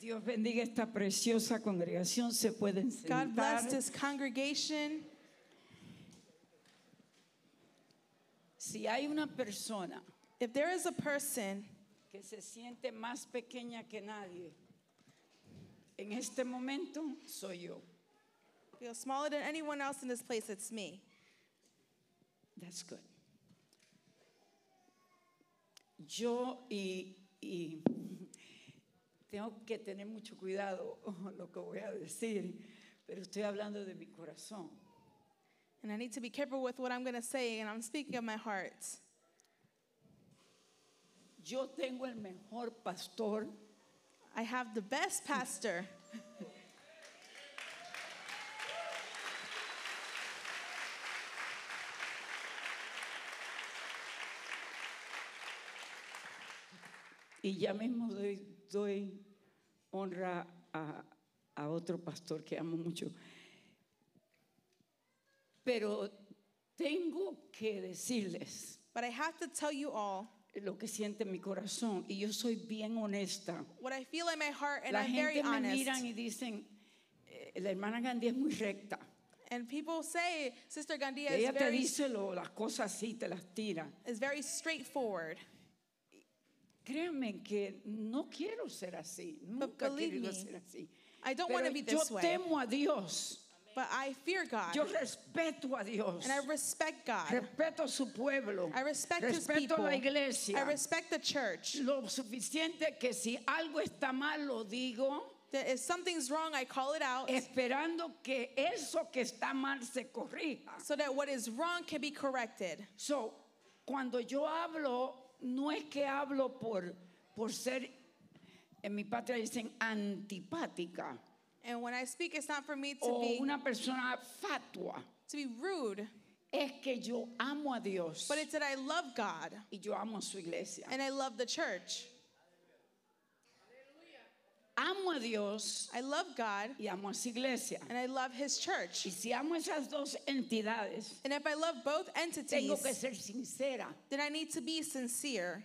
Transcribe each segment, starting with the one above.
Dios bendiga esta preciosa congregación. Se pueden God bless sentar. this congregation. Si hay una persona If there is a person que se siente más pequeña que nadie, en este momento soy yo. who feels smaller than anyone else in this place, it's me. That's good. Yo y, y tengo que tener mucho cuidado con lo que voy a decir, pero estoy hablando de mi corazón. And I need to be careful with what I'm going to say, and I'm speaking of my heart. Yo tengo el mejor pastor I have the best pastor y ya mismo doy, doy honra a, a otro pastor que amo mucho. Pero tengo que decirles But I have to tell you all lo que siente mi corazón y yo soy bien honesta. what I feel in my heart, and la I'm gente very me honest. miran y dicen, "Eh, la hermana Gandhi es muy recta. And people say Sister Gandia is Ella te very, dice lo- las cosas así, te las tira. is very straightforward. Créanme que no quiero ser así, nunca he believe querido me, ser así. I don't Pero wanna be yo this way. temo a Dios, But I fear God, yo respeto a Dios, and I respect God. respeto a su pueblo, I respect His respeto people. a la iglesia. I respect the church. lo suficiente que si algo está mal lo digo. That if something's wrong, I call it out esperando que eso que está mal se corrija. so that what is wrong can be corrected. So, cuando yo hablo, no es que hablo por, por ser, en mi patria dicen antipática And when I speak, it's not for me to o be una persona fatua. to be rude, Es que yo amo a Dios but it's that I love God y yo amo a su iglesia. and I love the church. Amo a Dios I love God y amo a su iglesia. and I love His church. Y si amo esas dos entidades, And if I love both tengo que entities, ser sincera. then I need to be sincere.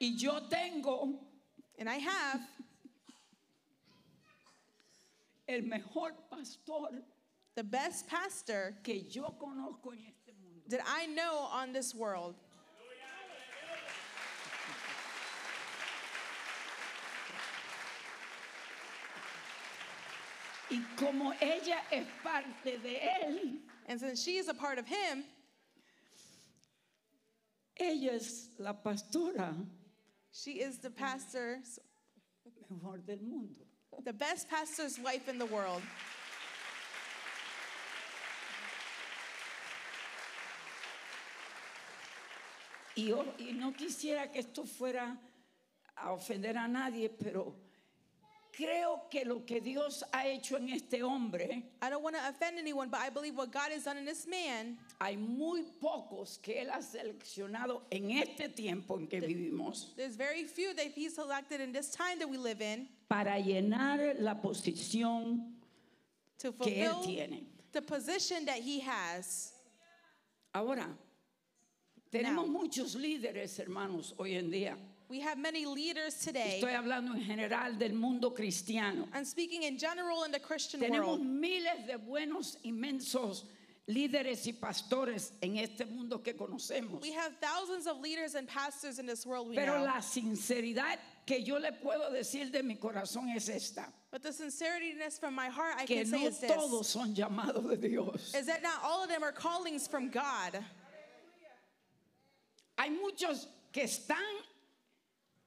Y yo tengo And I have el mejor pastor the best pastor que yo conozco en este mundo. that I know on this world. Y como ella es parte de él, And since she is a part of Him, ella es la pastora she is the pastor's, mejor del mundo. the best pastor's wife in the world. Y, yo- y no quisiera que esto fuera a ofender a nadie, pero creo que lo que Dios ha hecho en este hombre, I don't want to offend anyone, but I believe what God has done in this man, hay muy pocos que él ha seleccionado en este tiempo en que vivimos there's very few that He selected in this time that we live in para llenar la posición to que él fulfill tiene. the position that He has. Ahora, tenemos Now. muchos líderes, hermanos, hoy en día. We have many leaders today. Estoy hablando en general del mundo cristiano. I'm speaking in general in the Christian Tenemos world. miles de buenos, inmensos líderes y pastores en este mundo que conocemos. We have thousands of leaders and pastors in this world we Pero know. la sinceridad que yo le puedo decir de mi corazón es esta, But the sincerityness from my heart I que can say no is this. todos son llamados de Dios. Is that not all of them are callings from God. Hay muchos que están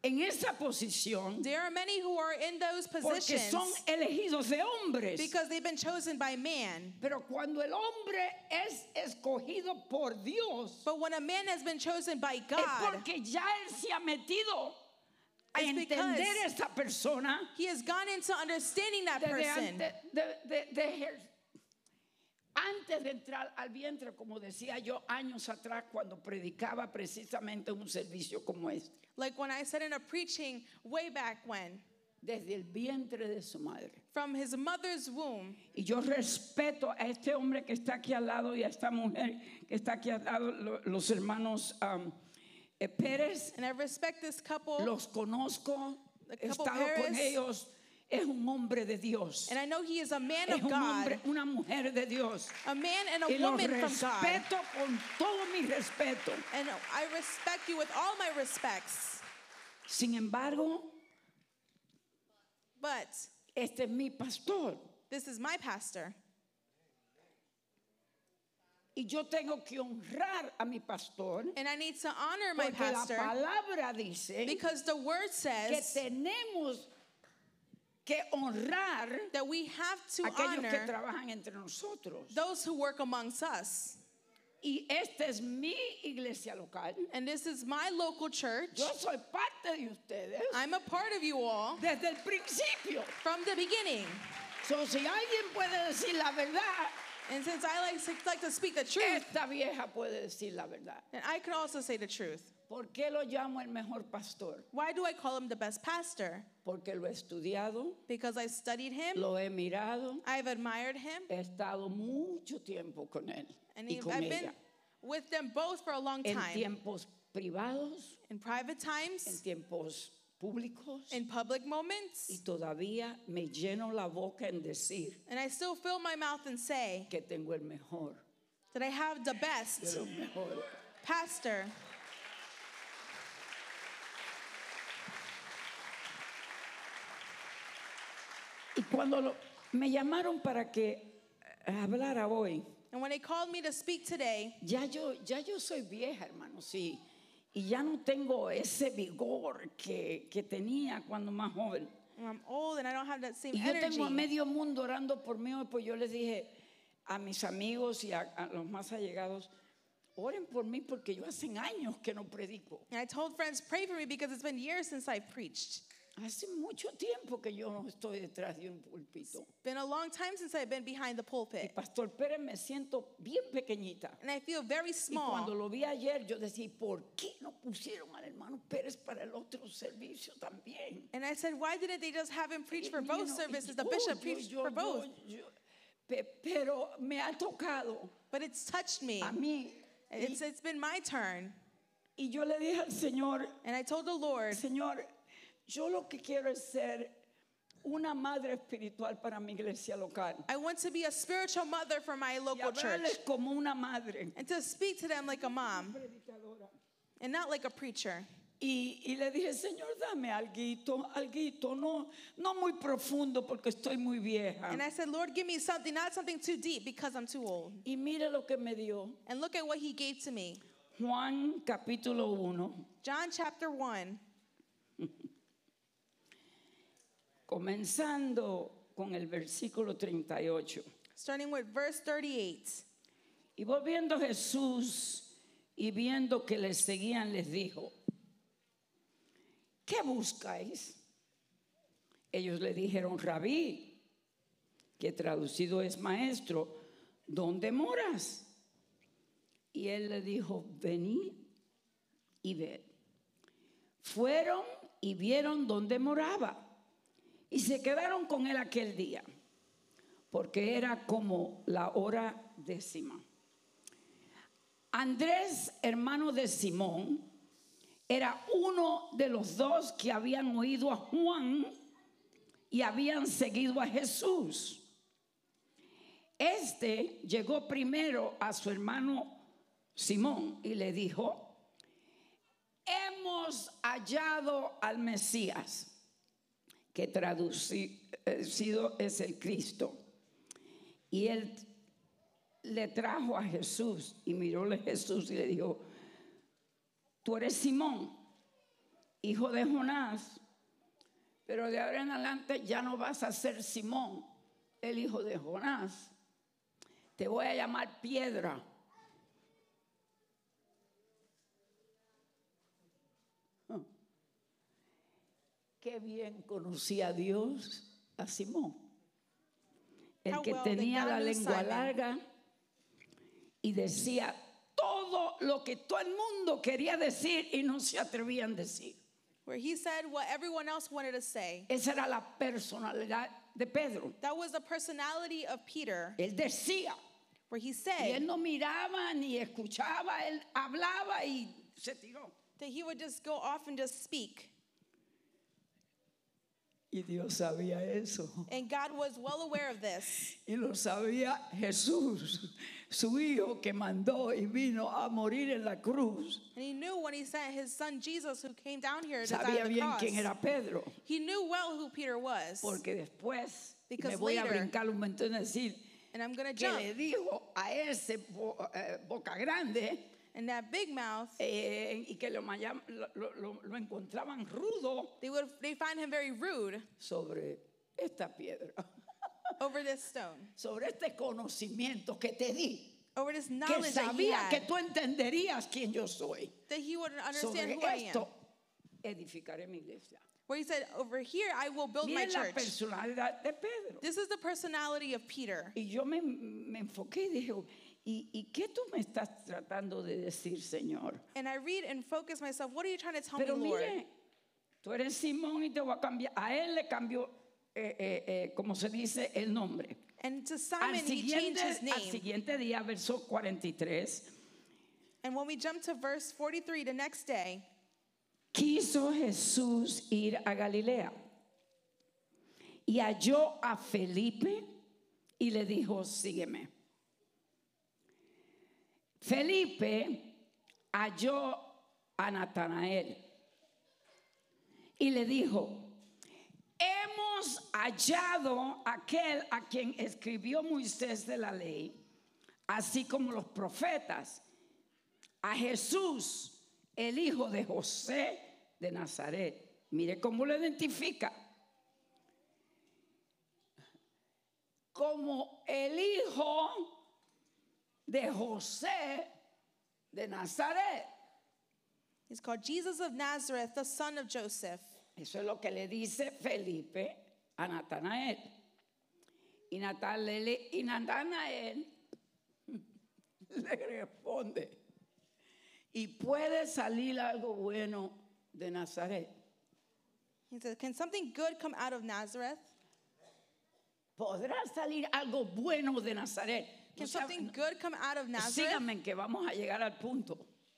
en esa posición There are many who are in those porque positions son elegidos de hombres. because they've been chosen by man. Pero cuando el hombre es escogido por Dios, But when a man has been chosen by es God, porque ya él se ha metido a It's entender because- a esa persona he has gone into understanding that desde person antes de, de- de ejer- antes de entrar al vientre, como decía yo años atrás cuando predicaba precisamente un servicio como este, like when I said in a preaching way back when desde el vientre de su madre. from his mother's womb. Y yo respeto a este hombre que está aquí al lado y a esta mujer que está aquí al lado, lo- los hermanos um, eh, Pérez, And I respect this couple, los conozco, The he couple estado con Pérez. ellos, es un hombre de Dios, and I know he is a man es of un hombre, God, una mujer de Dios. a man and Y a los woman from God. respeto con todo mi respeto. And I respect you with all my respects. Sin embargo, But este es mi pastor this is my pastor, y yo tengo que honrar a mi pastor and I need to honor my porque la pastor palabra dice because the word que says tenemos que honrar that we have to aquellos que honor trabajan entre nosotros. those who work amongst us. Y esta es mi iglesia local. And this is my local church. Yo soy parte de ustedes I'm a part of you all desde el principio. from the beginning. So, si alguien puede decir la verdad, And since I like to, like to speak the truth, esta vieja puede decir la verdad. and I can also say the truth. ¿Por qué lo llamo el mejor pastor? Why do I call him the best pastor? Porque lo he estudiado, Because I studied him, lo he mirado, I've admired him, he estado mucho tiempo con él and y he- con I've been ella. with them both for a long En time. tiempos privados, In private en times, tiempos públicos. in public Y moments, todavía me lleno la boca en decir and I still fill my mouth and say que tengo el mejor that I have the de best los mejores. pastor. Y cuando lo- me llamaron para que eh, hablara hoy, And when they called me to speak today, ya yo, ya yo soy vieja, hermano, sí. Y ya no tengo ese vigor que, que tenía cuando más joven. when I'm old and I don't have that same Y yo tengo a energy. medio mundo orando por mí, hoy, pues yo les dije a mis amigos y a, a los más allegados, oren por mí porque yo hace años que no predico. And I told friends, pray for me because it's been years since I've preached. Hace mucho tiempo que yo no estoy detrás de un pulpito. Been a long time since I've been behind the Y pulpit. Pastor Pérez me siento bien pequeñita. And I feel very Y cuando small. lo vi ayer, yo decía, ¿por qué no pusieron al hermano Pérez para el otro servicio también? And I said, why didn't they just have him preach for Eh, You both know, y services? The yo, yo, bishop preached yo, for yo, both. yo- pe- pero me ha tocado But it's touched me. a mí. Y- It's, it's been my turn. Y yo le dije al Señor, And I told the Lord, Señor, yo lo que quiero es ser una madre espiritual para mi iglesia local. I want to be a spiritual mother for my Y local church hablarles como una madre. and to speak to them like a mom and not like a preacher. Y, y le dije, Señor, dame alguito, alguito, no, no muy profundo porque estoy muy And vieja. I said, Lord, give me something, not something too deep because I'm too old. Y mire lo que me dio. And look at what he gave to me. Juan capítulo 1, John chapter 1, comenzando con el versículo 38. starting with verse 38. Y volviendo Jesús y viendo que les seguían, les dijo, ¿qué buscáis? Ellos le dijeron, rabí, que traducido es maestro, ¿dónde moras? Y él le dijo, venid y ved. Fueron y vieron dónde moraba y se quedaron con él aquel día, porque era como la hora décima. Andrés, hermano de Simón, era uno de los dos que habían oído a Juan y habían seguido a Jesús. Este llegó primero a su hermano Simón y le dijo, hemos hallado al Mesías, que traducido es el Cristo. Y él le trajo a Jesús y miróle Jesús y le dijo, tú eres Simón, hijo de Jonás, pero de ahora en adelante ya no vas a ser Simón, el hijo de Jonás. Te voy a llamar piedra. Ah. Qué bien conocía Dios a Simón, el How que well they tenía la got him, lengua Simon. larga y decía todo lo que todo el mundo quería decir y no se atrevían a decir. where he said what everyone else wanted to say. Esa era la personalidad de Pedro. That was the personality of Peter, Él decía, where he y él said, no miraba ni escuchaba, él hablaba y se tiró. that he would just go off and just speak. Y Dios sabía eso. And God was well aware of this. Y lo sabía Jesús, su hijo que mandó y vino a morir en la cruz. And he knew when he sent his son Jesus, who came down here to die Sabía on the bien quién cross. era Pedro. He knew well who Peter was. Porque después y me Because voy a later- brincar un montón a decir And I'm going to que jump. le dijo a ese bo- eh, boca grande And that big mouth, eh, y que lo, maya- lo- lo- lo- lo encontraban rudo they would they find him very rude sobre esta piedra, over this stone, sobre este conocimiento que te di. over this que knowledge that he sabía que had, tú entenderías quién yo soy. that he wouldn't understand Sobre who I am. esto edificaré mi iglesia. Where he said, "Over here, I will build my Miren la church." personalidad de Pedro. This is the personality of Peter. Y yo me, me enfoqué y dije, ¿y, ¿y qué tú me estás tratando de decir, Señor? And I read and focus myself. What are you trying to tell Pero me, Lord? mire, tú eres Simón y te voy a cambiar. A él le cambió, eh, eh, eh, como se dice, el nombre. And to Al Simon, he changed siguiente, his al name. siguiente día, verso 43, And when we jump to verse 43, the next day, quiso Jesús ir a Galilea y halló a Felipe y le dijo, sígueme. Felipe halló a Natanael y le dijo, hemos hallado aquel a quien escribió Moisés de la ley, así como los profetas a Jesús, el hijo de José de Nazaret. Mire cómo lo identifica. Como el hijo de José de Nazaret. he's called Jesus of Nazareth, the son of Joseph. Eso es lo que le dice Felipe a Natanael. Y Natanael, y Natanael le responde, y puede salir algo bueno de Nazaret. He said, Can something good come out of Nazareth? ¿Podrá salir algo bueno de Nazaret? No Can sab- something good come out of Nazareth? Síganme que vamos a llegar al punto.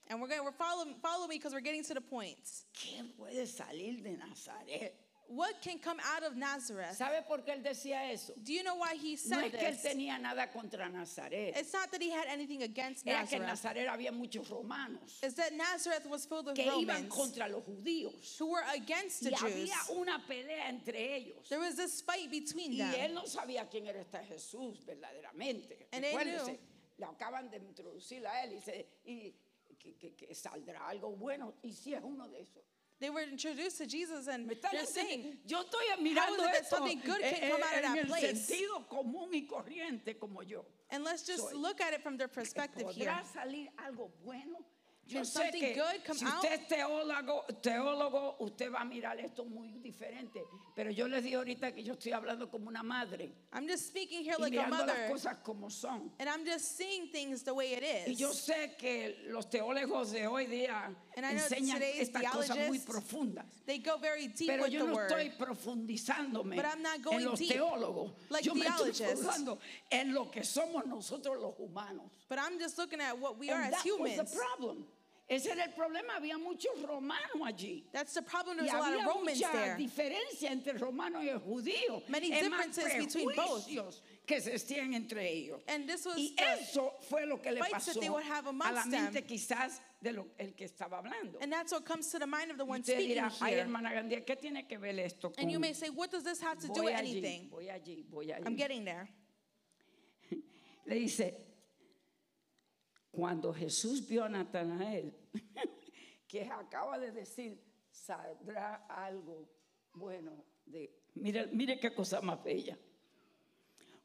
And we're going to we're following follow me because we're getting to the point. ¿Qué puede salir de Nazaret? What can come out of Nazareth? ¿Sabe por qué él decía eso? Do you know why he No said es que él this? tenía nada contra Nazaret. It's not that he had anything against Era que en Nazareth. Nazaret había muchos romanos It's that Nazareth was filled with que iban Romans contra los judíos. who were against the Y Jews. había una pelea entre ellos. There was this fight between Y él them. no sabía quién era este Jesús verdaderamente. And they knew. Acuérdense, le acaban de introducir a él y dice, y que, que- que saldrá algo bueno. Y si es uno de esos. They were introduced to Jesus and ¿Me están they're entendiendo? saying, yo estoy mirando that esto something good eh, can come out of eh, en that el place? sentido común y corriente como yo. and let's just Soy. look at it from their perspective here. ¿Podrá salir algo bueno? Yo Can sé something que good come si usted out? es teólogo, teólogo, usted va a mirar esto muy diferente. Pero yo les digo ahorita que yo estoy hablando como una madre I'm just speaking here y like a mirando las mother, cosas como son. and I'm just seeing things the way it Y yo is. sé que los teólogos de hoy día And I know enseñan today's estas cosas muy theologists, profundas. They go very deep Pero with yo the no estoy word. profundizándome But I'm not en going los deep, teólogos. like yo me estoy theologists. enfocando en lo que somos nosotros los humanos. But I'm just looking at what we are And as that was humans. the problem. Ese era el problema. Había muchos romanos allí. That's the problem. Y There's a lot había of Romans mucha there. diferencia entre el romano y el judío. Many Es más, differences between both. prejuicios que existían entre ellos. And this was Y the- eso fue lo que le fights that pasó they would have a la amongst mente them. quizás de lo, el que estaba hablando. and that's what comes to the mind of the Y one usted speaking dirá, ay here. hermana Gandía, ¿qué tiene que ver esto con And you may say, what does this have to do voy with allí, anything? voy allí, voy allí? I'm getting there. Le dice, cuando Jesús vio a Natanael, que acaba de decir, saldrá algo bueno de... Mire, mire qué cosa más bella.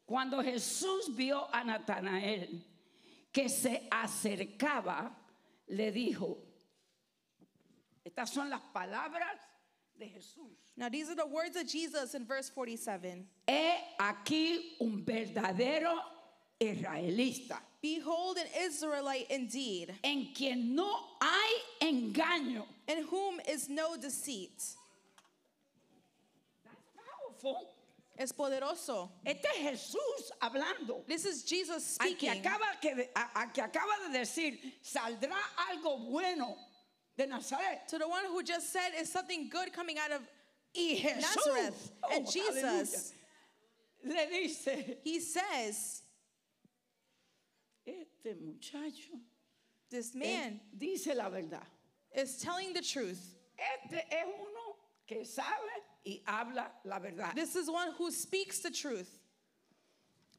Cuando Jesús vio a Natanael que se acercaba, le dijo, estas son las palabras de Jesús. Now, these are the words of Jesus in verse 47. He aquí un verdadero israelita. Behold, an Israelite indeed, en quien no hay engaño. in whom is no deceit. Es poderoso. Este es Jesús hablando. This is Jesus Al que, speaking. acaba que de- a, a que acaba de decir, saldrá algo bueno de Nazaret. To the one who just said is something good coming out of Y Jesús, oh, Nazareth and aleluya, Jesus. le dice, he says, este muchacho this él man dice la verdad. is telling the truth. Este es uno que sabe y habla la verdad. This is one who speaks the truth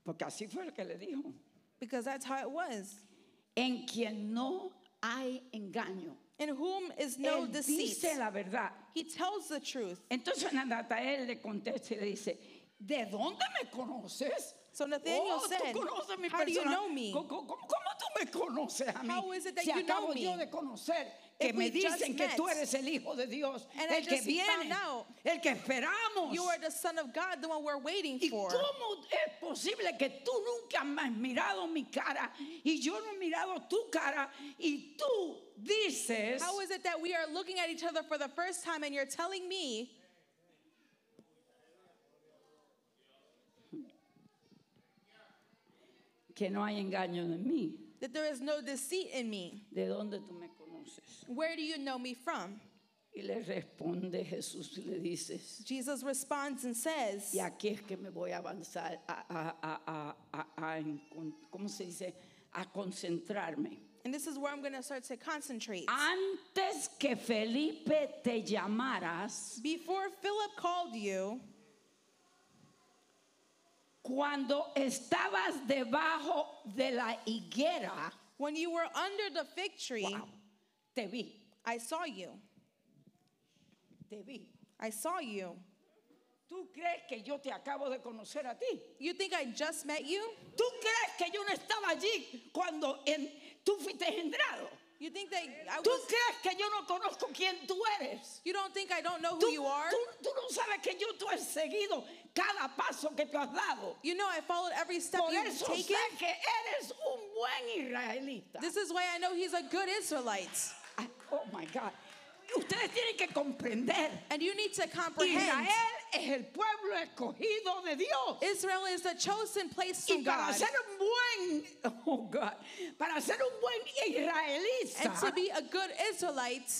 Porque así fue lo que le dijo. because that's how it was. En quien no hay engaño. In whom is no él deceit. dice la verdad. He tells the truth. Entonces Natanael le contesta y le dice, ¿de dónde me conoces? So Nathaniel oh, said, tú conoces mi "How do you persona. know me?" ¿Cómo, cómo, cómo tú me conoces a mí? How is it that si you know acabo me? yo de conocer que If me we just dicen que tú met. eres el Hijo de Dios, And I el que just found viene, out. el que esperamos. You are the Son of God, the one we're waiting ¿Y for. cómo es posible que tú nunca me has mirado mi cara y yo no he mirado tu cara y tú dices How is it that we are looking at each other for the first time and you're telling me que no hay engaño en mí? that there is no deceit in me? ¿De dónde tú me conoces? Where do you know me from? Y le responde Jesús y le dices, Jesus responds and says, y aquí es que me voy a avanzar, a, a- a- a- a- a encon- ¿cómo se dice? A concentrarme. and this is where I'm going to start to concentrate. Antes que Felipe te llamaras, Before Philip called you, cuando estabas debajo de la higuera, when you were under the fig tree, wow, te vi, I saw you. te vi. I saw you. ¿Tú crees que yo te acabo de conocer a ti? You think I just met you? ¿Tú crees que yo no estaba allí cuando en- tú fuiste engendrado? You think that I ¿Tú was, crees que yo no conozco quién tú eres? you don't think I don't know Tú, who you are? tú- tú no sabes que yo tú he seguido cada paso que tú has dado. You know I followed every step Por you've eso sé taken. que eres un buen israelita. This is why I know he's a good Israelite. Ah, oh my God. Ustedes tienen que comprender. And you need to comprehend. Israel es el pueblo escogido de Dios. Israel is the chosen place Y from para oh God. ser un buen, oh God, para ser un buen israelita, And to be a good Israelite,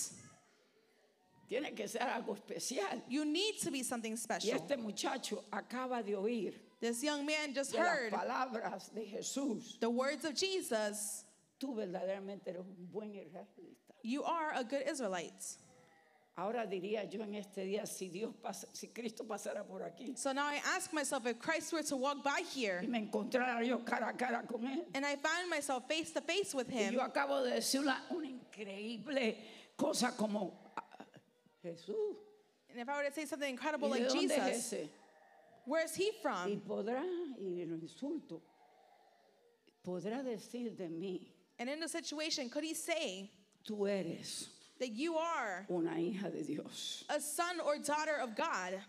tiene que ser algo especial. you need to be something Y special. este muchacho acaba de oír This young man just de las heard palabras de Jesús. the words of Jesus. tú verdaderamente eres un buen israelita. You are a good Israelite. Ahora diría yo en este día, si Dios pasa- si Cristo pasara por aquí So now I ask myself if Christ were to walk by here y me encontrara yo cara a cara con él, and I found myself face to face with y him, yo acabo de decir una, una increíble cosa como ah, Jesús, and if I were to say something ¿y incredible de like dónde es Jesus, Ah. ese? where is he Y from? podrá, y lo insulto, podrá decir de mí, And in the situation, could he say tú eres that you are una hija de Dios. a son or daughter of God?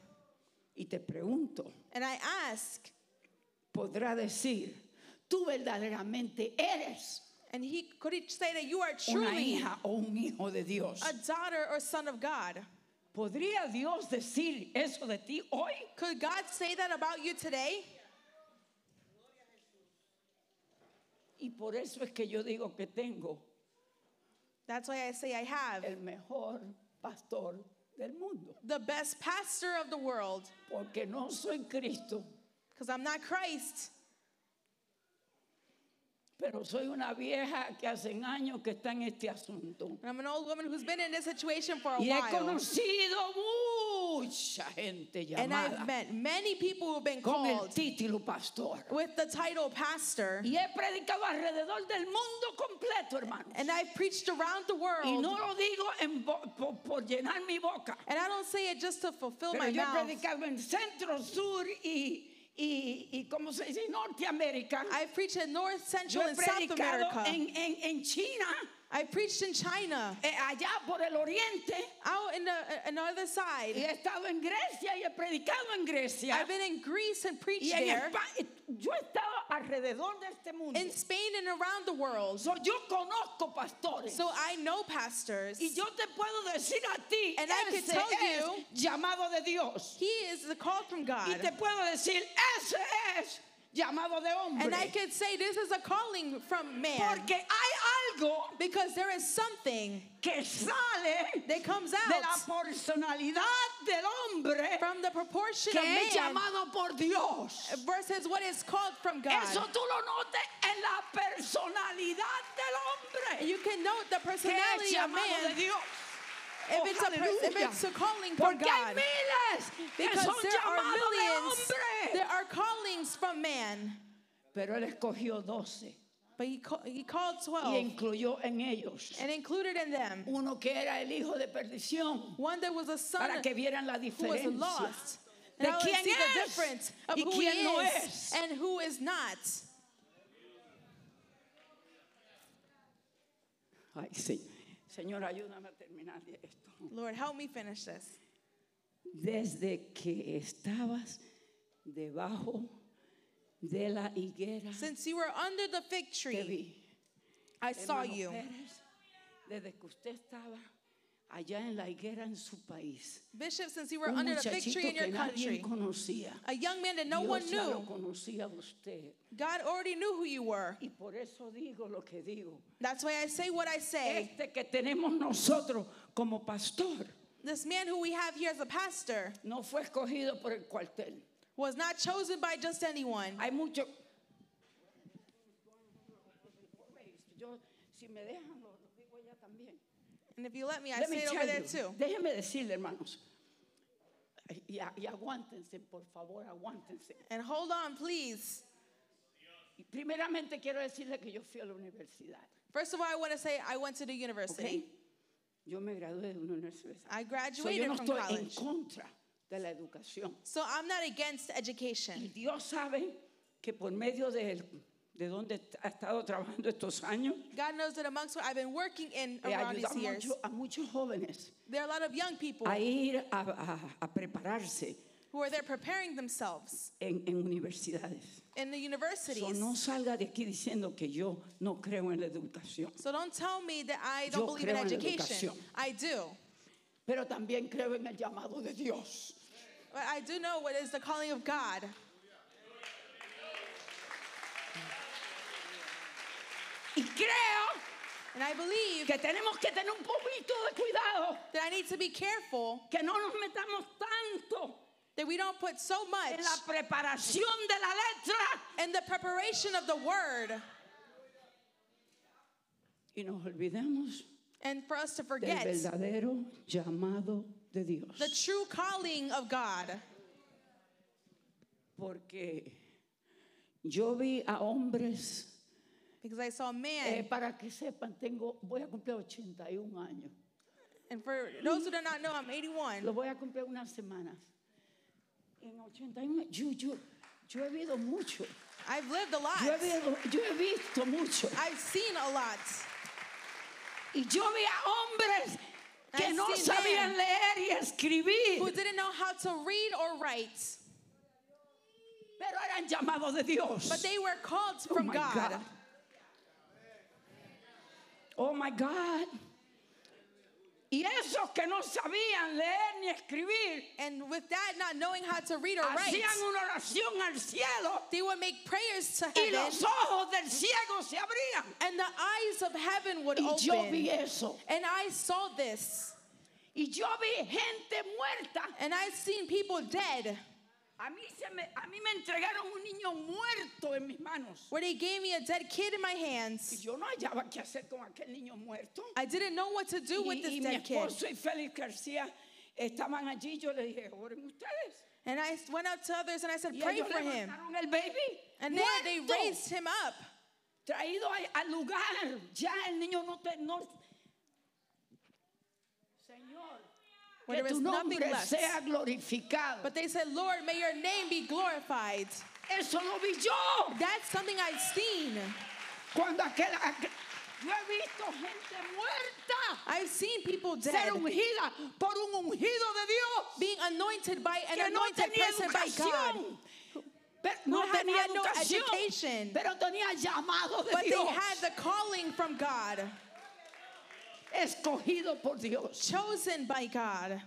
Y te pregunto, And I ask, podrá decir, tú verdaderamente eres and he could he say that you are una truly hija o un hijo de Dios. a daughter or son of God? ¿Podría Dios decir eso de ti hoy? Could God say that about you today? Y por eso es que yo digo que tengo That's why I say I have el mejor pastor del mundo, the best pastor of the world porque no soy Cristo, because I'm not Christ, pero soy una vieja que hace años que está en este asunto. and I'm an old woman who's been in this situation for a Y he while. conocido mucha gente And I've llamada met many people who've been con el called título pastor. with the title pastor, Y he predicado alrededor del mundo completo, hermano. and I've preached around the Y world. no lo digo en bo- por- por llenar mi boca. And I don't say it just to fulfill Pero Oh, my yo he mouth. predicado en Centro, Sur y, y, y ¿cómo se dice? Norteamérica. I've preached in North, Yo Central, he and South predicado America. en, en, en China, I preached in China, eh, allá por el oriente. out in the another Y side. he estado en Grecia y he predicado en Grecia. I've been in Greece and preached Y en there, España. Yo he estado alrededor de este mundo. in Spain and around the world. So, yo conozco pastores. So I know pastors. y yo te puedo decir a ti, And I can ese tell es you- llamado de Dios. He is the call from Y God. te puedo decir, ese es llamado de hombre. And I could say this is a calling from man. Porque hay algo Because there is something que sale that comes de la out personalidad del hombre from the proportion que of es man llamado por Dios. versus what is called from Eso God. tú lo notes en la personalidad del hombre You can note the que es personality of llamado de man Dios. if Oh, it's a, pers- if aleluya. it's a calling from Porque hay God. miles que Because son there are llamados millions, de there hombre. are callings from man. Pero él escogió doce But he, ca- he called y 12 incluyó en ellos and included in them uno que era el hijo de perdición one that was a son para que vieran la who was diferencia lost. De Now let's quién see the es difference of y who he quién no is es. and who is not. Ay, sí. Señor, ayúdame a terminar esto. Lord, help me finish this. Desde que estabas debajo de la higuera, Since you were under the te fig tree, vi. I saw Hermano Eh. you. Pérez, desde que usted estaba allá en la higuera en su país, Bishop, since you were un under the fig muchachito tree in your que nadie country, conocía. a young man that no Dios one ya lo knew, conocía a usted. God already knew who you were. Y por eso digo lo que digo. That's why I say what I say. Este que tenemos nosotros como pastor This man who we have here as a pastor no fue escogido por el cuartel. was not chosen by just anyone. Hay mucho. Yo, si me dejan, lo, lo digo ya también. And if you let me, I Let me say it over tell there you. too. Déjenme decirle, hermanos. Y, a- y aguántense, por favor, aguántense. And hold on, please. Y primeramente quiero decirle que yo fui a la universidad. First of all, I want to say I went to the ¿ok? university. Yo me gradué de una universidad. So, I yo graduated no from estoy en college. contra de la educación. So I'm not against Y education. Dios sabe que por medio de, él, de donde ha estado trabajando estos años, God knows that amongst what I've been working in he around ayuda these years, mucho a muchos jóvenes there are a lot of young people a ir a, a- a prepararse who are there preparing themselves en, en universidades. in the So, universities. no salga de aquí diciendo que yo no creo en la educación, So don't tell me that I don't Yo believe in creo en la education. educación. I do. pero también creo en el llamado de Dios. But I do know what is the calling of God. Y creo And I believe que tenemos que tener un poquito de cuidado, that I need to be careful que no nos metamos tanto that we don't put so much en la preparación de la letra in the preparation of the word y nos olvidemos and for us to del forget verdadero llamado de the Dios. true calling of God. Porque yo vi a hombres, Because I saw eh, a man, para que sepan, tengo, voy a cumplir 81 años. and for those who do not know, I'm 81. Eh, Lo voy a cumplir unas semanas. En 81, yo, yo, yo he vivido mucho. I've lived a Yo he, lot. vivido- yo he visto mucho. I've seen a lot. Y yo vi a hombres que I've no seen sabían men. leer y Who escribir, didn't know how to read or write, pero eran llamados de Dios. but they were called Oh from my God. God. Oh my God. Y esos que no sabían leer ni escribir And with that, not knowing how to read or write, hacían una oración al cielo they would make prayers to y heaven, los ojos del ciego se abrían. and the eyes of heaven would Y yo vi open. eso. And I saw this, Y yo vi gente muerta. and I've seen people dead, A mí, se me, a mí me entregaron un niño muerto en mis manos. where they gave me a dead kid in my Y hands. yo no hallaba qué hacer con aquel niño muerto. I didn't know what to do with Y, y this mi dead kid. esposo y Félix García estaban allí. Yo le dije, oren ustedes. And I went out to others and I said, Y Pray ellos for him. levantaron el baby. And then muerto, they raised him up. traído al- al lugar. Ya el niño no te. No. Señor, que Where there tu is nothing nombre left. sea glorificado. But they said, Lord, may your name be glorified. Eso lo vi yo. That's something I've seen. Cuando aquel. aquel- yo he visto gente muerta I've seen people dead ser ungida por un ungido de Dios being anointed by an que no anointed tenía person by God. educación. Pero no had- tenía had no educación, education. pero tenía llamado de But they Dios, had the calling from God, escogido por Dios. chosen by God.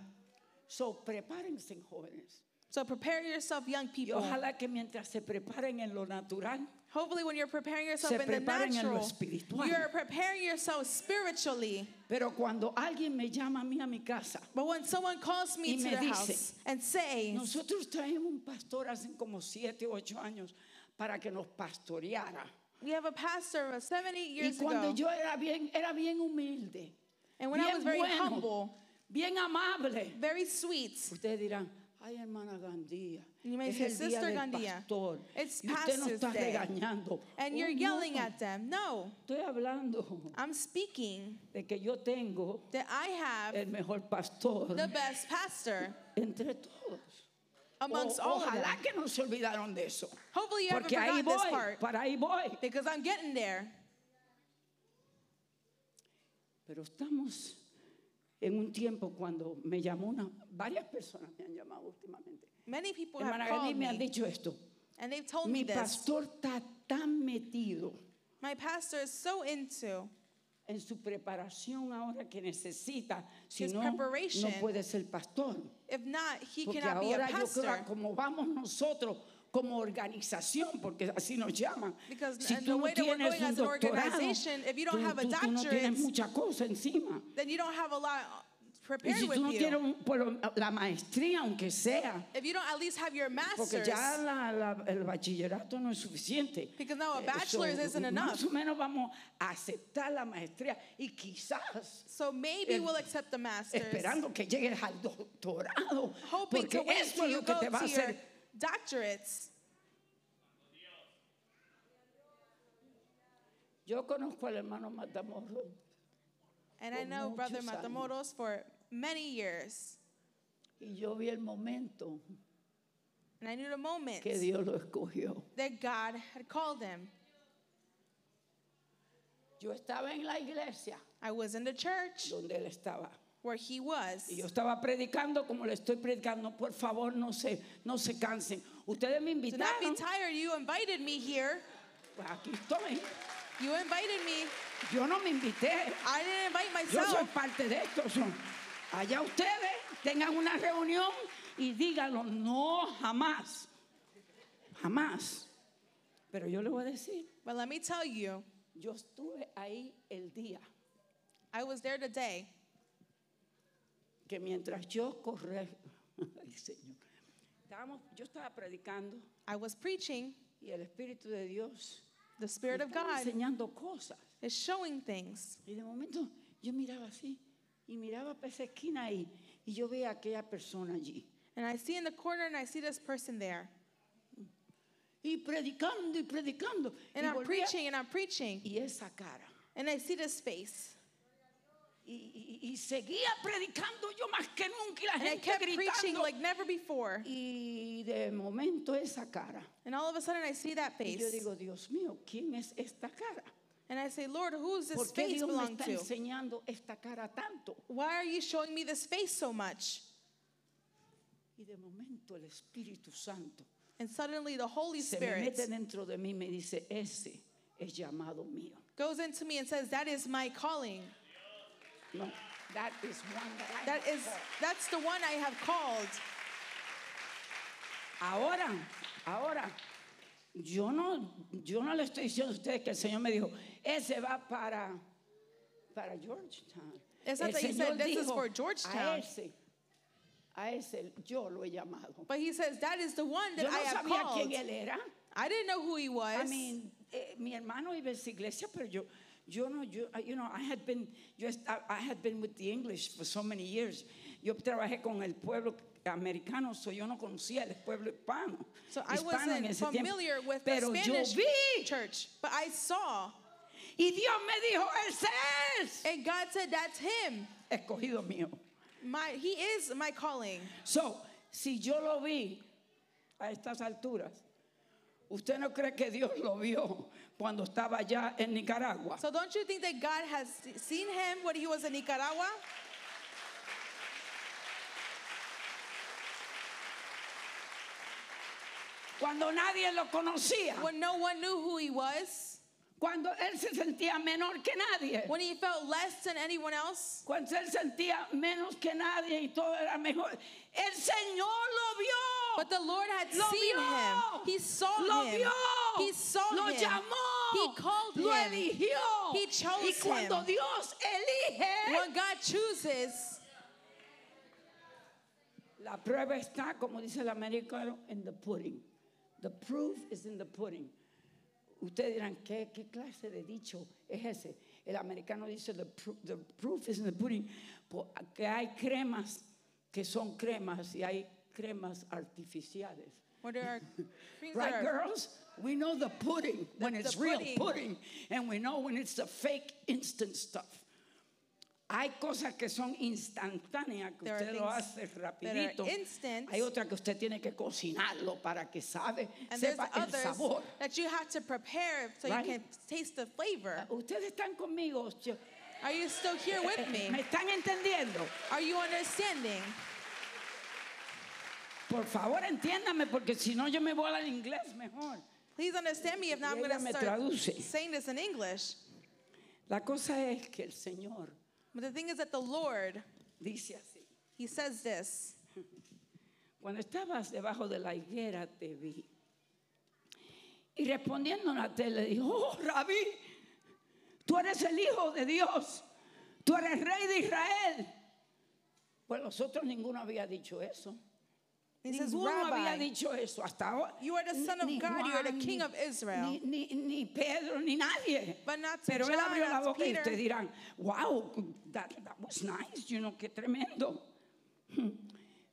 So, prepárense, jóvenes. So prepare yourself, young Y people. ojalá que mientras se preparen en lo natural, Hopefully, when you're preparing yourself Se in the preparen en lo natural, espiritual. you're preparing yourself spiritually. pero cuando alguien me llama a mí a mi casa, But when someone calls me Y to me the dice, house and says, nosotros traemos un pastor hace como siete o ocho años para que nos pastoreara. We have a pastor of 70 Y years cuando ago. yo era bien, era bien humilde, and when I bien was very bueno. humble, bien amable. very sweet, Ustedes dirán, ay hermana Gandía, You may es say, el día "Sister del Gandía, pastor. it's y usted no pastor's está day." regañando. and Oh, you're yelling no, at them. No, Estoy hablando I'm speaking de que yo tengo that I have el mejor pastor the best pastor entre todos. amongst O- all of them. Oh, ojalá que no se olvidaron de eso. Hopefully, you haven't Porque ahí forgotten this voy, part para ahí voy. because I'm getting there. Pero estamos en un tiempo cuando me llamó una, varias personas me han llamado últimamente. Many people Hermana have called Gandhi me me, han dicho esto. and they've told me Mi this. pastor está tan metido My pastor is so into en su preparación ahora que necesita, si His no, preparation. no puede ser pastor. If not, he Porque cannot be a ahora yo creo pastor. que como vamos nosotros como organización, porque así nos llaman. Because si and tú the no way that we're tienes going un as an doctorado, organization, if you don't tú- have a tú- tú no tienes doctorate, mucha cosa encima. Then you don't have a lot Y prepared si with tú no you. tienes un- por la maestría, aunque sea, if you don't at least have your porque master's, ya la- la- el bachillerato no es suficiente. Because now a Eh, so, bachelor's isn't Más enough. o menos vamos a aceptar la maestría y quizás so maybe el- we'll accept the master's. Eh, esperando que llegues al doctorado, hoping porque to wait eso till es you lo que go te va a to your hacer. doctorates. Yo conozco al hermano Matamoros And I Por know Brother muchos años. Matamoros for many years. y yo vi el momento And I knew the moment que Dios lo escogió. that God had called him. Yo estaba en la iglesia I was in the church donde él estaba. where he was. Y yo estaba predicando como le estoy predicando. Por favor, no se, no se cansen. Ustedes me Do not be invitaron. tired. You invited me here. Pues aquí estoy. You invited me. Yo no me invité. I didn't invite Yo soy myself. parte de esto. son- Allá ustedes tengan una reunión y díganlo. No, jamás. Jamás. Pero yo le voy a decir. But let me tell you, Yo estuve ahí el día I was there today. que mientras yo corría, ay Señor, estábamos, yo estaba predicando I was preaching. y el Espíritu de Dios The Spirit me of estaba God enseñando cosas. is showing things. Y de momento yo miraba así y miraba para esa esquina ahí y yo veía a aquella persona allí. And I see in the corner and I see this person there. Y predicando y predicando. And y, I'm volvía, preaching and I'm preaching. y esa cara. And I see this face. Y, y- y seguía predicando yo más que nunca y la And I gente kept preaching gritando. like never before. y de momento esa cara. And all of a sudden I see that Y yo face. digo, Dios mío, ¿quién es esta cara? And I say, Lord, who's this ¿Por qué face Dios me belong está to? enseñando esta cara tanto? Why are you showing me this face so much? Y de momento el Espíritu Santo And suddenly the Holy se me Spirit mete dentro de mí y me dice, ese es llamado mío. goes into me and says, That is my calling. No, that is one that I That have is called. that's the one I have called. Ahora, ahora, yo no, yo no le estoy diciendo a ustedes que el Señor me dijo, ese va para, para Georgetown. It's not el that you Señor said, "This is dijo, for Georgetown." A ese, a ese yo lo he llamado. But he says, That is the one that Yo no I have sabía called. quién él era. I didn't know who he I was. mean, eh, mi hermano iba a esa iglesia, pero yo, yo no, yo, I- you know, I had been, yo, est- I, I had been with the English for so many years. Yo trabajé con el pueblo americano, so yo no conocía el pueblo hispano. So I hispano en wasn't ese tiempo. familiar with the pero yo Spanish vi, church, but I saw, y Dios me dijo, ese es and God said, "That's him. escogido mío. My he is my calling." So, si yo lo vi a estas alturas, ¿usted no cree que Dios lo vio cuando estaba allá en Nicaragua? So don't you think that God has seen him when he was in Nicaragua? cuando nadie lo conocía, When no one knew who he was, Cuando él se sentía menor que nadie. When he felt less than anyone else, Cuando él sentía menos que nadie y todo era mejor. El Señor lo vio. but the Lord had Lo seen vio. him. He saw lo him. Vio. He saw lo him. llamó. He called lo him. eligió. He chose y cuando him. Dios elige, When God chooses, la prueba está, como dice el americano, en the pudding. The proof is in the pudding. Ustedes dirán, ¿qué, qué clase de dicho es ese? El americano dice, the, pru- the proof is in the pudding. Po- Que hay cremas que son cremas y hay cremas artificiales. where there are creams that Right, are girls? We know the pudding when the it's real pudding. pudding, and we know when it's the fake instant stuff. Hay cosas que son instantáneas que There are usted lo things hace that are rapidito. instant. Hay otra que usted tiene que cocinarlo para que sabe, And there's sepa el others sabor. that you have to prepare so Right? you can taste the flavor. Ustedes están conmigo. Yo- Are you still here with ¿Me me? están entendiendo? Are you understanding? Por favor, entiéndame porque si no yo me voy al inglés mejor. Please understand me if not, Y I'm going ella me to start traduce. saying this in English. La cosa es que el Señor But the thing is that the Lord, dice así. He says this Cuando estabas debajo de la higuera te vi. Y respondiendo Natel le dijo, oh rabí, tú eres el hijo de Dios, tú eres rey de Israel. Pues nosotros ninguno había dicho eso. He says, ninguno había Rabbi, dicho eso hasta ahora. You are the Ni- son of ni God, you are the Juan, king ni- of Israel. Ni, ni- ni Pedro, ni nadie. But not to Pero él John, abrió la not to boca y Peter. ustedes dirán, wow, that, that was nice, you know, qué tremendo. Hmm.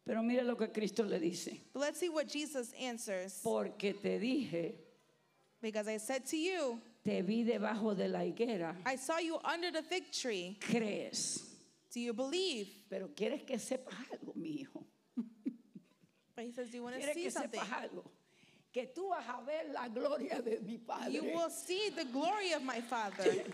Pero mire lo que Cristo le dice. but let's see what Jesus answers. Porque te dije, Because I said to you, te vi debajo de la higuera, I saw you under the fig tree. crees. Do you believe? Pero quieres que sepas algo, mi hijo. But He says, Do you want to Quieres see que something? sepas algo. Que tú vas a ver la gloria de mi You padre. will see the glory of my Father.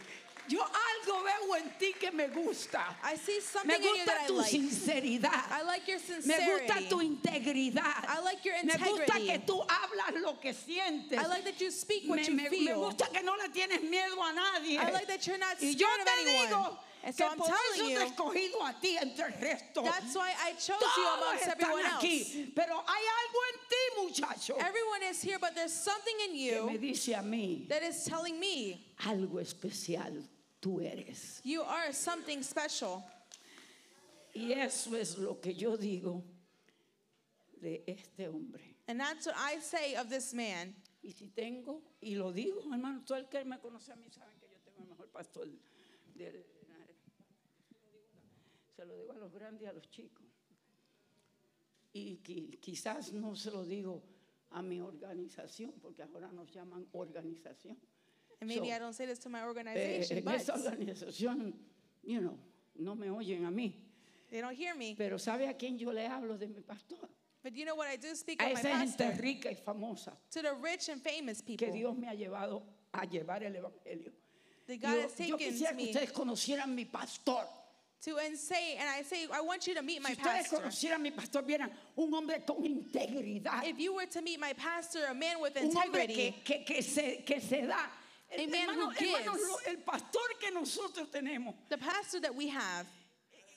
Yo algo veo en ti que me gusta. I see Me something in you gusta that I tu like. sinceridad. I like your Me sincerity. gusta tu integridad. I like your Me gusta integrity. que tú hablas lo que sientes. I like that you speak what Me, you me- me feel. gusta que no le tienes miedo a nadie. I like that you're not Y scared yo of te anyone. digo and que so I'm por eso telling te he you, escogido a ti entre el resto. that's why I chose you Todos amongst están everyone else. aquí, pero hay algo en ti, muchacho, Everyone is here, but there's something in que me you dice a mí, that is telling me algo especial tú eres. you are something special. Y eso es lo que yo digo de este hombre. And that's what I say of this man. Y si tengo, y lo digo, hermano, todo el que me conoce a mí sabe que yo tengo el mejor pastor del- Se lo digo a los grandes y a los chicos. Y qui- quizás no se lo digo a mi organización, porque ahora nos llaman organización. And maybe So, I don't say this to my eh, organization, en but esa organización, you know, no me oyen a mí. they don't hear me. Pero ¿sabe a quién yo le hablo de mi pastor? But you know what? I do speak A of my esa gente pastor rica y famosa to the rich and famous que people Dios me ha llevado a llevar el evangelio. that God has Yo, yo taken quisiera que me ustedes conocieran mi pastor. to and say, and I say, I want you to meet si my ustedes pastor. conocieran mi pastor, vieran un hombre con integridad. If you were to meet my pastor, a man with Un hombre integrity, que, que, que se, que se da. A man Hermano- who hermano, gives. lo- el pastor que nosotros tenemos, the pastor that we have,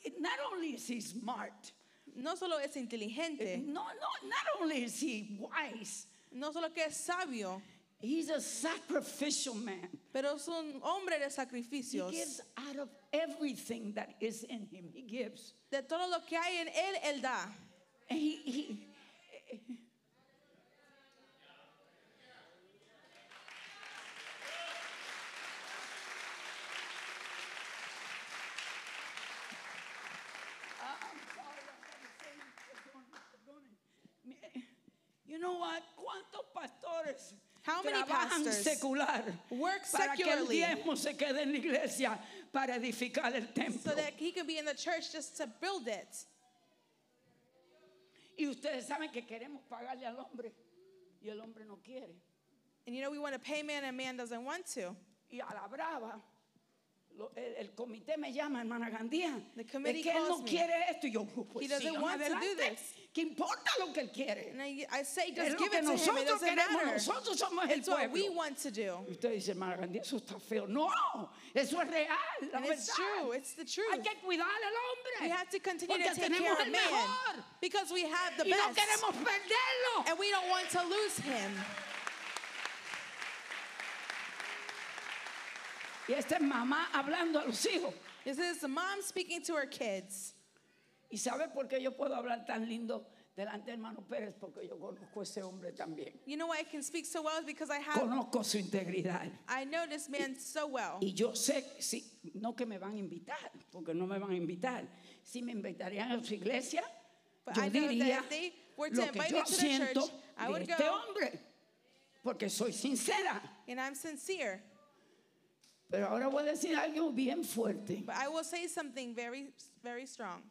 eh, not only is he smart, no solo es inteligente, no, no, not only is he wise, no solo que es sabio, he's a sacrificial man. pero es un hombre de He sacrificios. gives out of everything that is in him. He gives. De todo lo que hay en él, él da. And he, he, You know what? ¿Cuántos pastores How many trabajan pastors secular work para que el secularly? diezmo se quede en la iglesia para edificar el templo? so that he can be in the church just to build it. Y ustedes saben que queremos pagarle al hombre y el hombre no quiere. And you know, we want to pay man, and man doesn't want to. Y a la brava, lo- el, el comité me llama, hermana Gandía. The Es committee que él calls no me. quiere esto. Y yo, pues He doesn't sigan want to do adelante. this. ¿Qué importa lo que él quiere? And I, I say, Es just lo give que it to him. It nosotros doesn't queremos. matter. Nosotros somos el It's what we pueblo. want to do. Y usted dice, hermana Gandhi, eso está feo. No, eso es real, la And it's true. verdad. It's the Hay truth. que cuidar al We hombre. have to continue Porque to take tenemos care of el man mejor. because we have the Y no best, queremos perderlo. and we don't want to lose him. Y esta es mamá hablando a los hijos. This is the mom speaking to her kids. ¿Y sabe por qué yo puedo hablar tan lindo delante de hermano Pérez? Porque yo conozco a ese hombre también. You know why I can speak so well is because I have Conozco su integridad. I know this man so well. Y yo sé, si, no que me van a invitar, porque no me van a invitar. Si me invitarían a su iglesia, But yo I know that diría if they were to lo que invite me yo to their siento church, I de would este go. hombre, porque soy sincera. And I'm sincere. Pero ahora voy a decir algo bien fuerte. But I will say something very very strong.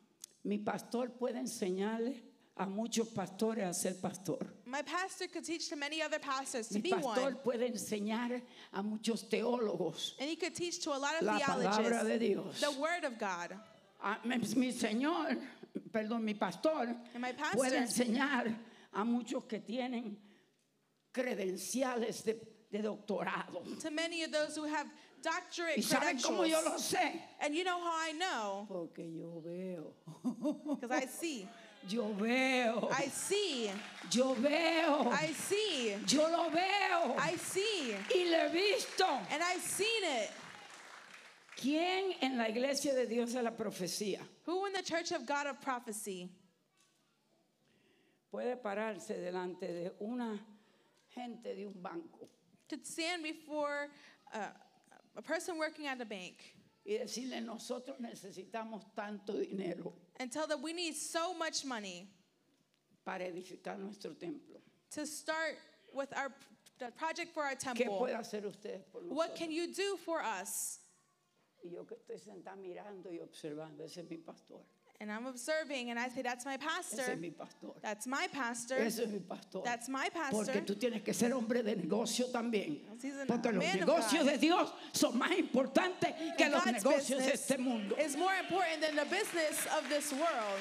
Mi pastor puede enseñarle a muchos pastores a ser pastor. My pastor could teach to many other pastors to Mi be one. pastor puede enseñar a muchos teólogos And he could teach to a lot of la palabra de theologists Dios. the word of God. A- mi, mi señor, perdón, mi pastor my pastor- puede enseñar a muchos que tienen credenciales de, de doctorado. to many of those who have doctorate ¿Y saben cómo credentials. yo lo sé? And you know how I know? Porque yo veo, Because I see. yo veo, I see. yo veo, I see. yo lo veo I see. y lo he visto. And I've seen it. ¿Quién en la iglesia de Dios de la profecía Who in the Church of God of Prophecy puede pararse delante de una gente de un banco could stand before uh, a person working at a bank y decirle nosotros necesitamos tanto dinero and tell them we need so much money para edificar nuestro templo? to start with our the project for our ¿Qué temple? puede hacer ustedes por What nosotros? can you do for us? Y yo que estoy sentada mirando y observando, ese es mi pastor, And I'm observing, and I say, That's my ese pastor. es mi pastor, That's my pastor. ese es mi pastor. That's my Porque pastor. tú tienes que ser hombre de negocio también. He's a Porque los man of negocios God. de Dios son más importantes que los God's negocios de business este mundo. is more important than the business of this world.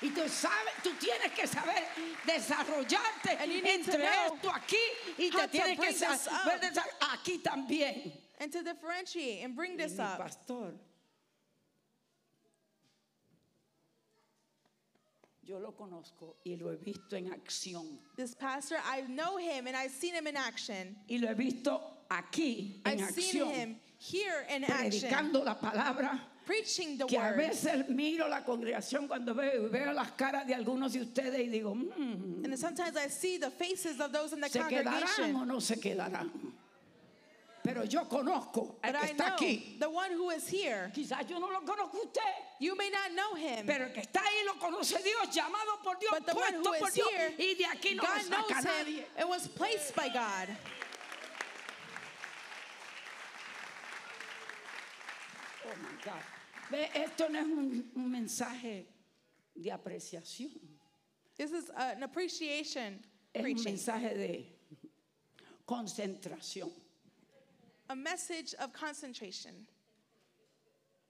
Y tú sabes, tú tienes que saber desarrollarte And you need to entre know esto aquí y how te to tienes que bring this saber up. desar- aquí también. And to differentiate and Y bring this mi up. pastor, yo lo conozco y lo he visto en acción This pastor, I know him and I've seen him in action. y lo he visto aquí en I've seen acción, him here in action, predicando la palabra. preaching the Que a word. veces miro la congregación cuando veo, veo las caras de algunos de ustedes y digo, "Mm, And sometimes I see the faces of those in the ¿se quedarán congregation. o no se quedarán? Pero yo conozco al But que I está know aquí. the one who is here. Quizás yo no lo conozco a usted, You may not know him, pero el que está ahí lo conoce Dios, llamado por Dios, but the one puesto who por is Dios, here, y de aquí no lo God saca knows him. nadie. It was placed by God. Oh my God. Ve, esto no es un, un mensaje de apreciación, This is uh, an appreciation es un preaching, mensaje de concentración. a message of concentration.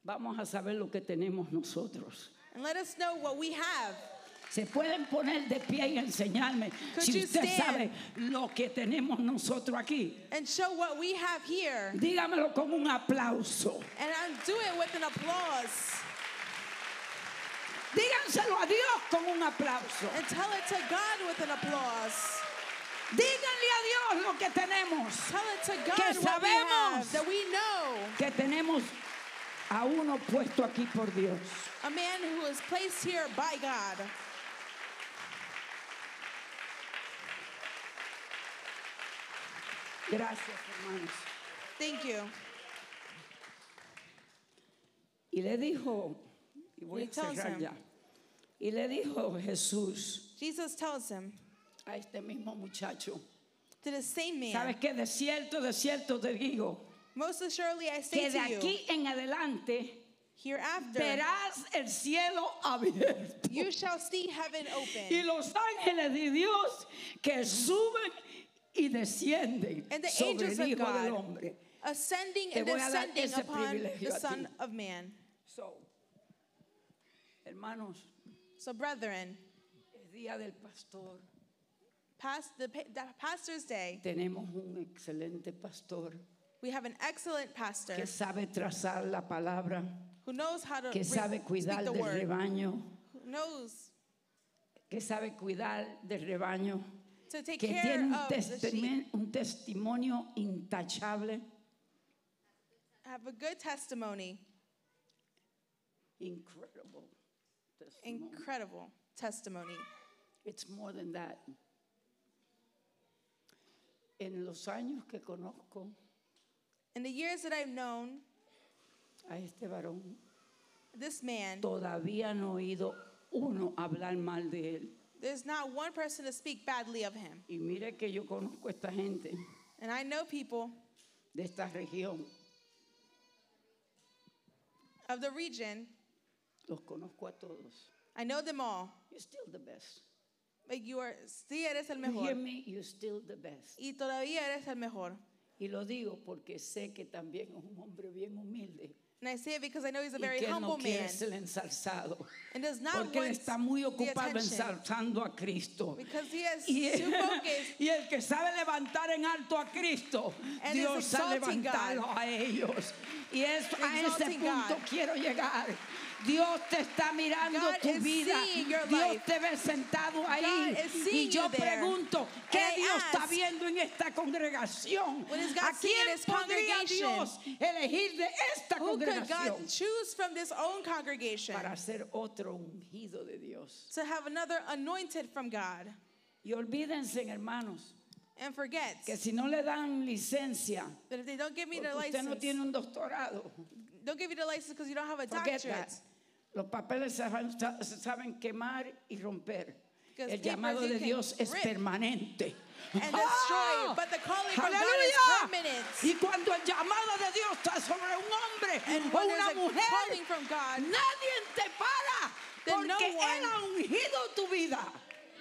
Vamos a saber lo que tenemos nosotros. And let us know what we have. Se pueden poner de pie y enseñarme Could si you usted stand? sabe lo que tenemos nosotros aquí. and show what we have here. Dígamelo con un aplauso. And I'm do it with an applause. Díganselo a Dios con un aplauso. And tell it to God with an applause. Díganle a Dios lo que tenemos. Tell it to Que God what we sabemos. have, that we know Que tenemos a uno puesto aquí por Dios. a man who is placed here by God. Gracias, hermanos. Thank you. Y le dijo, y voy a He tells cerrar him. ya. Y le dijo Jesús Jesus tells him a este mismo muchacho. to the same man, ¿Sabes qué? De cierto, de cierto te digo. Most assuredly I say que de to you, aquí en adelante hereafter verás el cielo abierto you shall see heaven y open, los ángeles de Dios que suben y descienden And the sobre angels el of Hijo del God. Hombre. ascending and Te voy a dar descending ese upon privilegio the a ti. Son of Man. So, hermanos, So, brethren, es día del pastor. Past, the, pa- the pastor's day, Tenemos un excelente pastor we have an excellent pastor que sabe trazar la palabra, who knows how to que re- sabe speak cuidar the del word, rebaño, who knows que sabe cuidar del rebaño, to take que care tiene un, of the sheep, testimen- un testimonio intachable, have a good testimony, incredible. testimony. incredible testimony. It's more than that. En los años que conozco In the years that I've known a este varón, this man, todavía no he oído uno hablar mal de él. there's not one person to speak badly of him. Y mire que yo conozco a esta gente And I know people de esta región, of the region, los conozco a todos. I know them all, You're still the best. but you are, sí eres el You hear mejor. me? You're still the best. Y todavía eres el mejor. Y lo digo porque sé que también es un hombre bien humilde And I say it because I know he's a y very que él no humble quiere man ser ensalzado, and does not porque él want está muy the ocupado attention ensalzando a Cristo. because he has Y too el, focused y el que sabe levantar en alto a Cristo, And is Dios ha exalting levantado a ellos. Y es, a ese Exalting punto God. quiero llegar. Dios te está mirando God tu is vida. seeing your Dios life. te ve sentado ahí. is Y seeing yo you there. pregunto, ¿qué And I Dios está ask, viendo en esta congregación? what is God ¿A seeing in quién his podría congregation? Dios elegir de esta who could God congregación choose from this own congregation para ser otro ungido de Dios? to have another anointed from God? Y olvídense, hermanos, And forget que si no le dan licencia, that if they don't give me Porque the usted license, no tiene un doctorado. don't give me the license because you don't have a Forget doctorate. that. Los papeles se van- sa- se saben quemar y romper. Because El papers llamado you de can Dios es rip permanente. And destroy, ¡Ah! but the calling from God is ¡Aleluya! permanent. Y cuando el llamado de Dios está sobre un And hombre o when there's una a calling mujer, from God, nadie te para Then no porque one- Él ha ungido tu vida.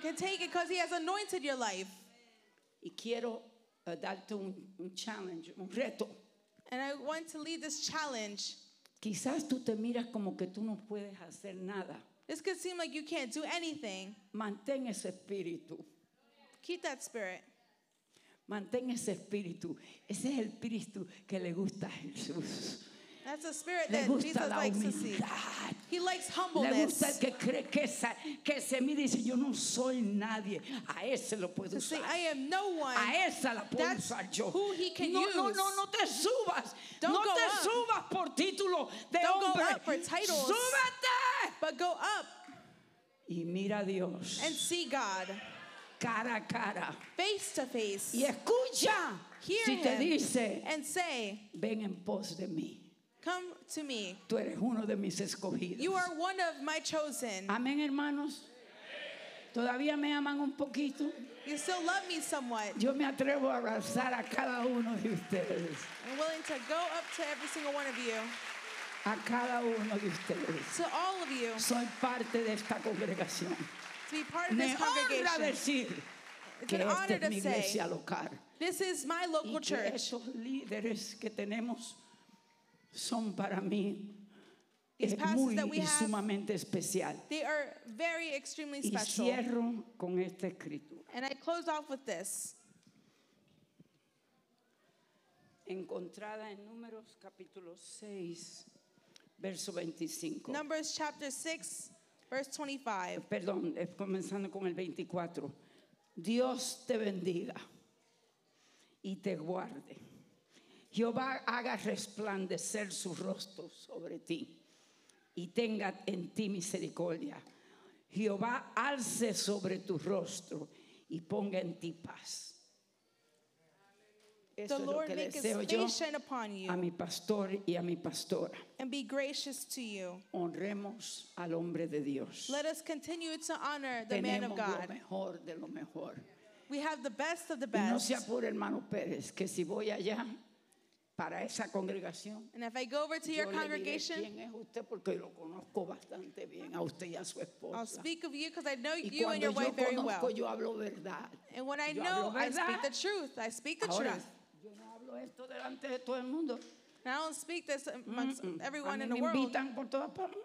can take it because He has anointed your life. Y quiero eh, darte un, un challenge, un reto. And I want to lead this challenge. Quizás tú te miras como que tú no puedes hacer nada. This could seem like you can't do anything. Mantén ese espíritu. Keep that spirit. Mantén ese espíritu. Ese es el espíritu que le gusta a Jesús. That's a spirit Le that gusta Jesus la likes to see. humildad. He likes Le gusta el humbleness. que cree que, sa- que se mira y dice, yo no soy nadie. A ese lo puedo To say, usar. I am no one. A esa la puedo That's usar yo. who he can no, no, use. no, no te subas. Don't no go te up. subas por título de Don't go hombre. up for titles. Súbete. But go up Y mira a Dios and see God cara a cara. face to face. Y escucha Hear si te him. dice, And say, ven en pos de mí. Come to me. Tú eres uno de mis escogidos. You are one of my chosen. Amén, hermanos. Todavía me aman un poquito. You still love me somewhat. Yo me atrevo a abrazar a cada uno de ustedes. I'm willing to go up to every single one of you, A cada uno de ustedes. to all of you, Soy parte de esta congregación. to be part of Me this honra congregation. decir It's que an esta honor es mi to say, iglesia local. this is my Y que local church. esos líderes que tenemos son para mí These es muy pastors that we y have, sumamente especial. They are very extremely Y special. cierro con esta escritura. And I close off with this. encontrada en Números capítulo 6, verso 25. Numbers chapter 6, verse 25. Perdón, eh, comenzando con el 24. Dios te bendiga y te guarde. Jehová haga resplandecer su rostro sobre ti y tenga en ti misericordia. Jehová alce sobre tu rostro y ponga en ti paz. Eso The es lo Lord que make his deseo yo. face shine upon a you mi pastor y a mi pastora. and be gracious to you. Honremos al hombre de Dios. Let us continue to honor the man of Tenemos lo God. mejor de lo mejor. We have the best of the Y no best. se apure, hermano Pérez, que si voy allá para esa congregación, And if I go over to your yo le diré congregation, quién es usted porque lo conozco bastante bien a usted y a su I'll esposa. speak of you because I know Y you cuando and your yo wife very conozco, well. yo hablo verdad. And when I yo know, hablo I verdad. speak the truth. I speak the Ahora, truth. yo no hablo esto delante de todo el mundo. And I don't speak this amongst A everyone mí in me the world. invitan por todas partes.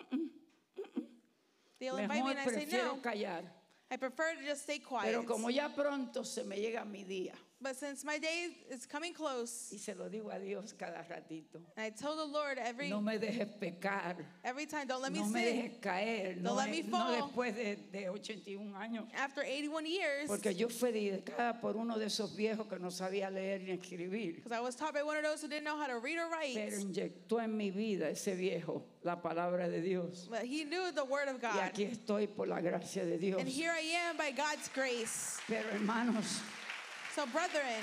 They'll invite me Mejor and I say, prefiero no, callar. I prefer to just stay quiet. Pero como ya pronto se me llega mi día, But since my day is coming close, y se lo digo a Dios cada ratito, and I tell the Lord every no me dejes pecar, every time, don't let me no me sin. dejes caer, no, Don't let es- me no fall. después de, de 81 años. After 81 years, Porque because yo fui dedicada por uno de esos viejos que no sabía leer ni escribir, I was taught by one of those who didn't know how to read pero or write, inyectó en mi vida ese viejo la palabra de Dios. but he knew the word of Y God. aquí estoy por la gracia de Dios. And here I am by God's grace. Pero hermanos, So, brethren,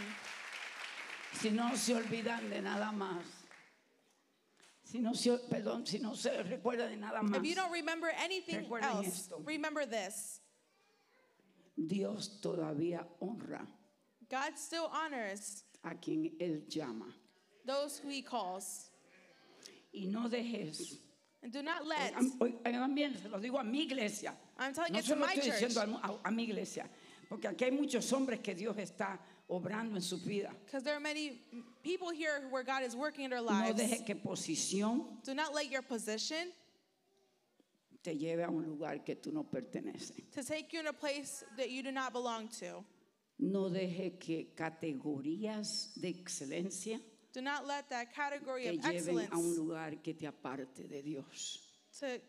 si no se olvidan de nada más, si no se, perdón, si no se recuerda de nada más, if you don't remember anything Recuerden else, esto. remember this Dios todavía honra God still honors a quien Él llama. those who he calls. Y no dejes. And do not let, Oigan- Oigan bien, se lo digo a mi iglesia. I'm telling No it to se lo my estoy church. diciendo a, a- a mi iglesia. Porque aquí hay muchos hombres que Dios está obrando en su vida. because there are many people here where God is working in their No lives. dejes que posición Do not let your position te lleve a un lugar que tú no perteneces. to take you in a place that you do not belong to. No deje que categorías de excelencia Do not let that category of te lleven a un excellence lugar que te aparte de Dios. to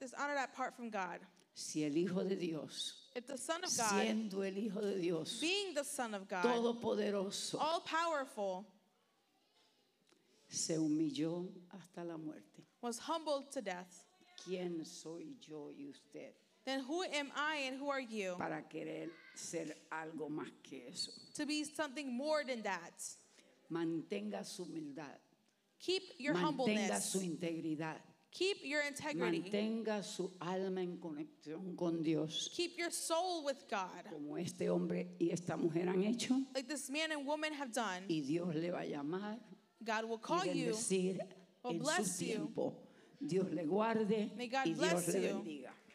dishonor that part from God. Si el Hijo de Dios, If the Son of God, siendo el Hijo de Dios, being the Son of God, todopoderoso, all powerful, se humilló hasta la muerte. was humbled to death, ¿Quién soy yo y usted then who am I and who are you para querer ser algo más que eso? to be something more than that? Mantenga su humildad, Keep your mantenga humbleness, su integridad, keep your integrity, mantenga su alma en conexión con Dios, keep your soul with God, como este hombre y esta mujer han hecho, like this man and woman have done. y Dios le va a llamar God will y call you. bendecir will en su bless you. tiempo. Dios le guarde May God y Dios bless le you. bendiga.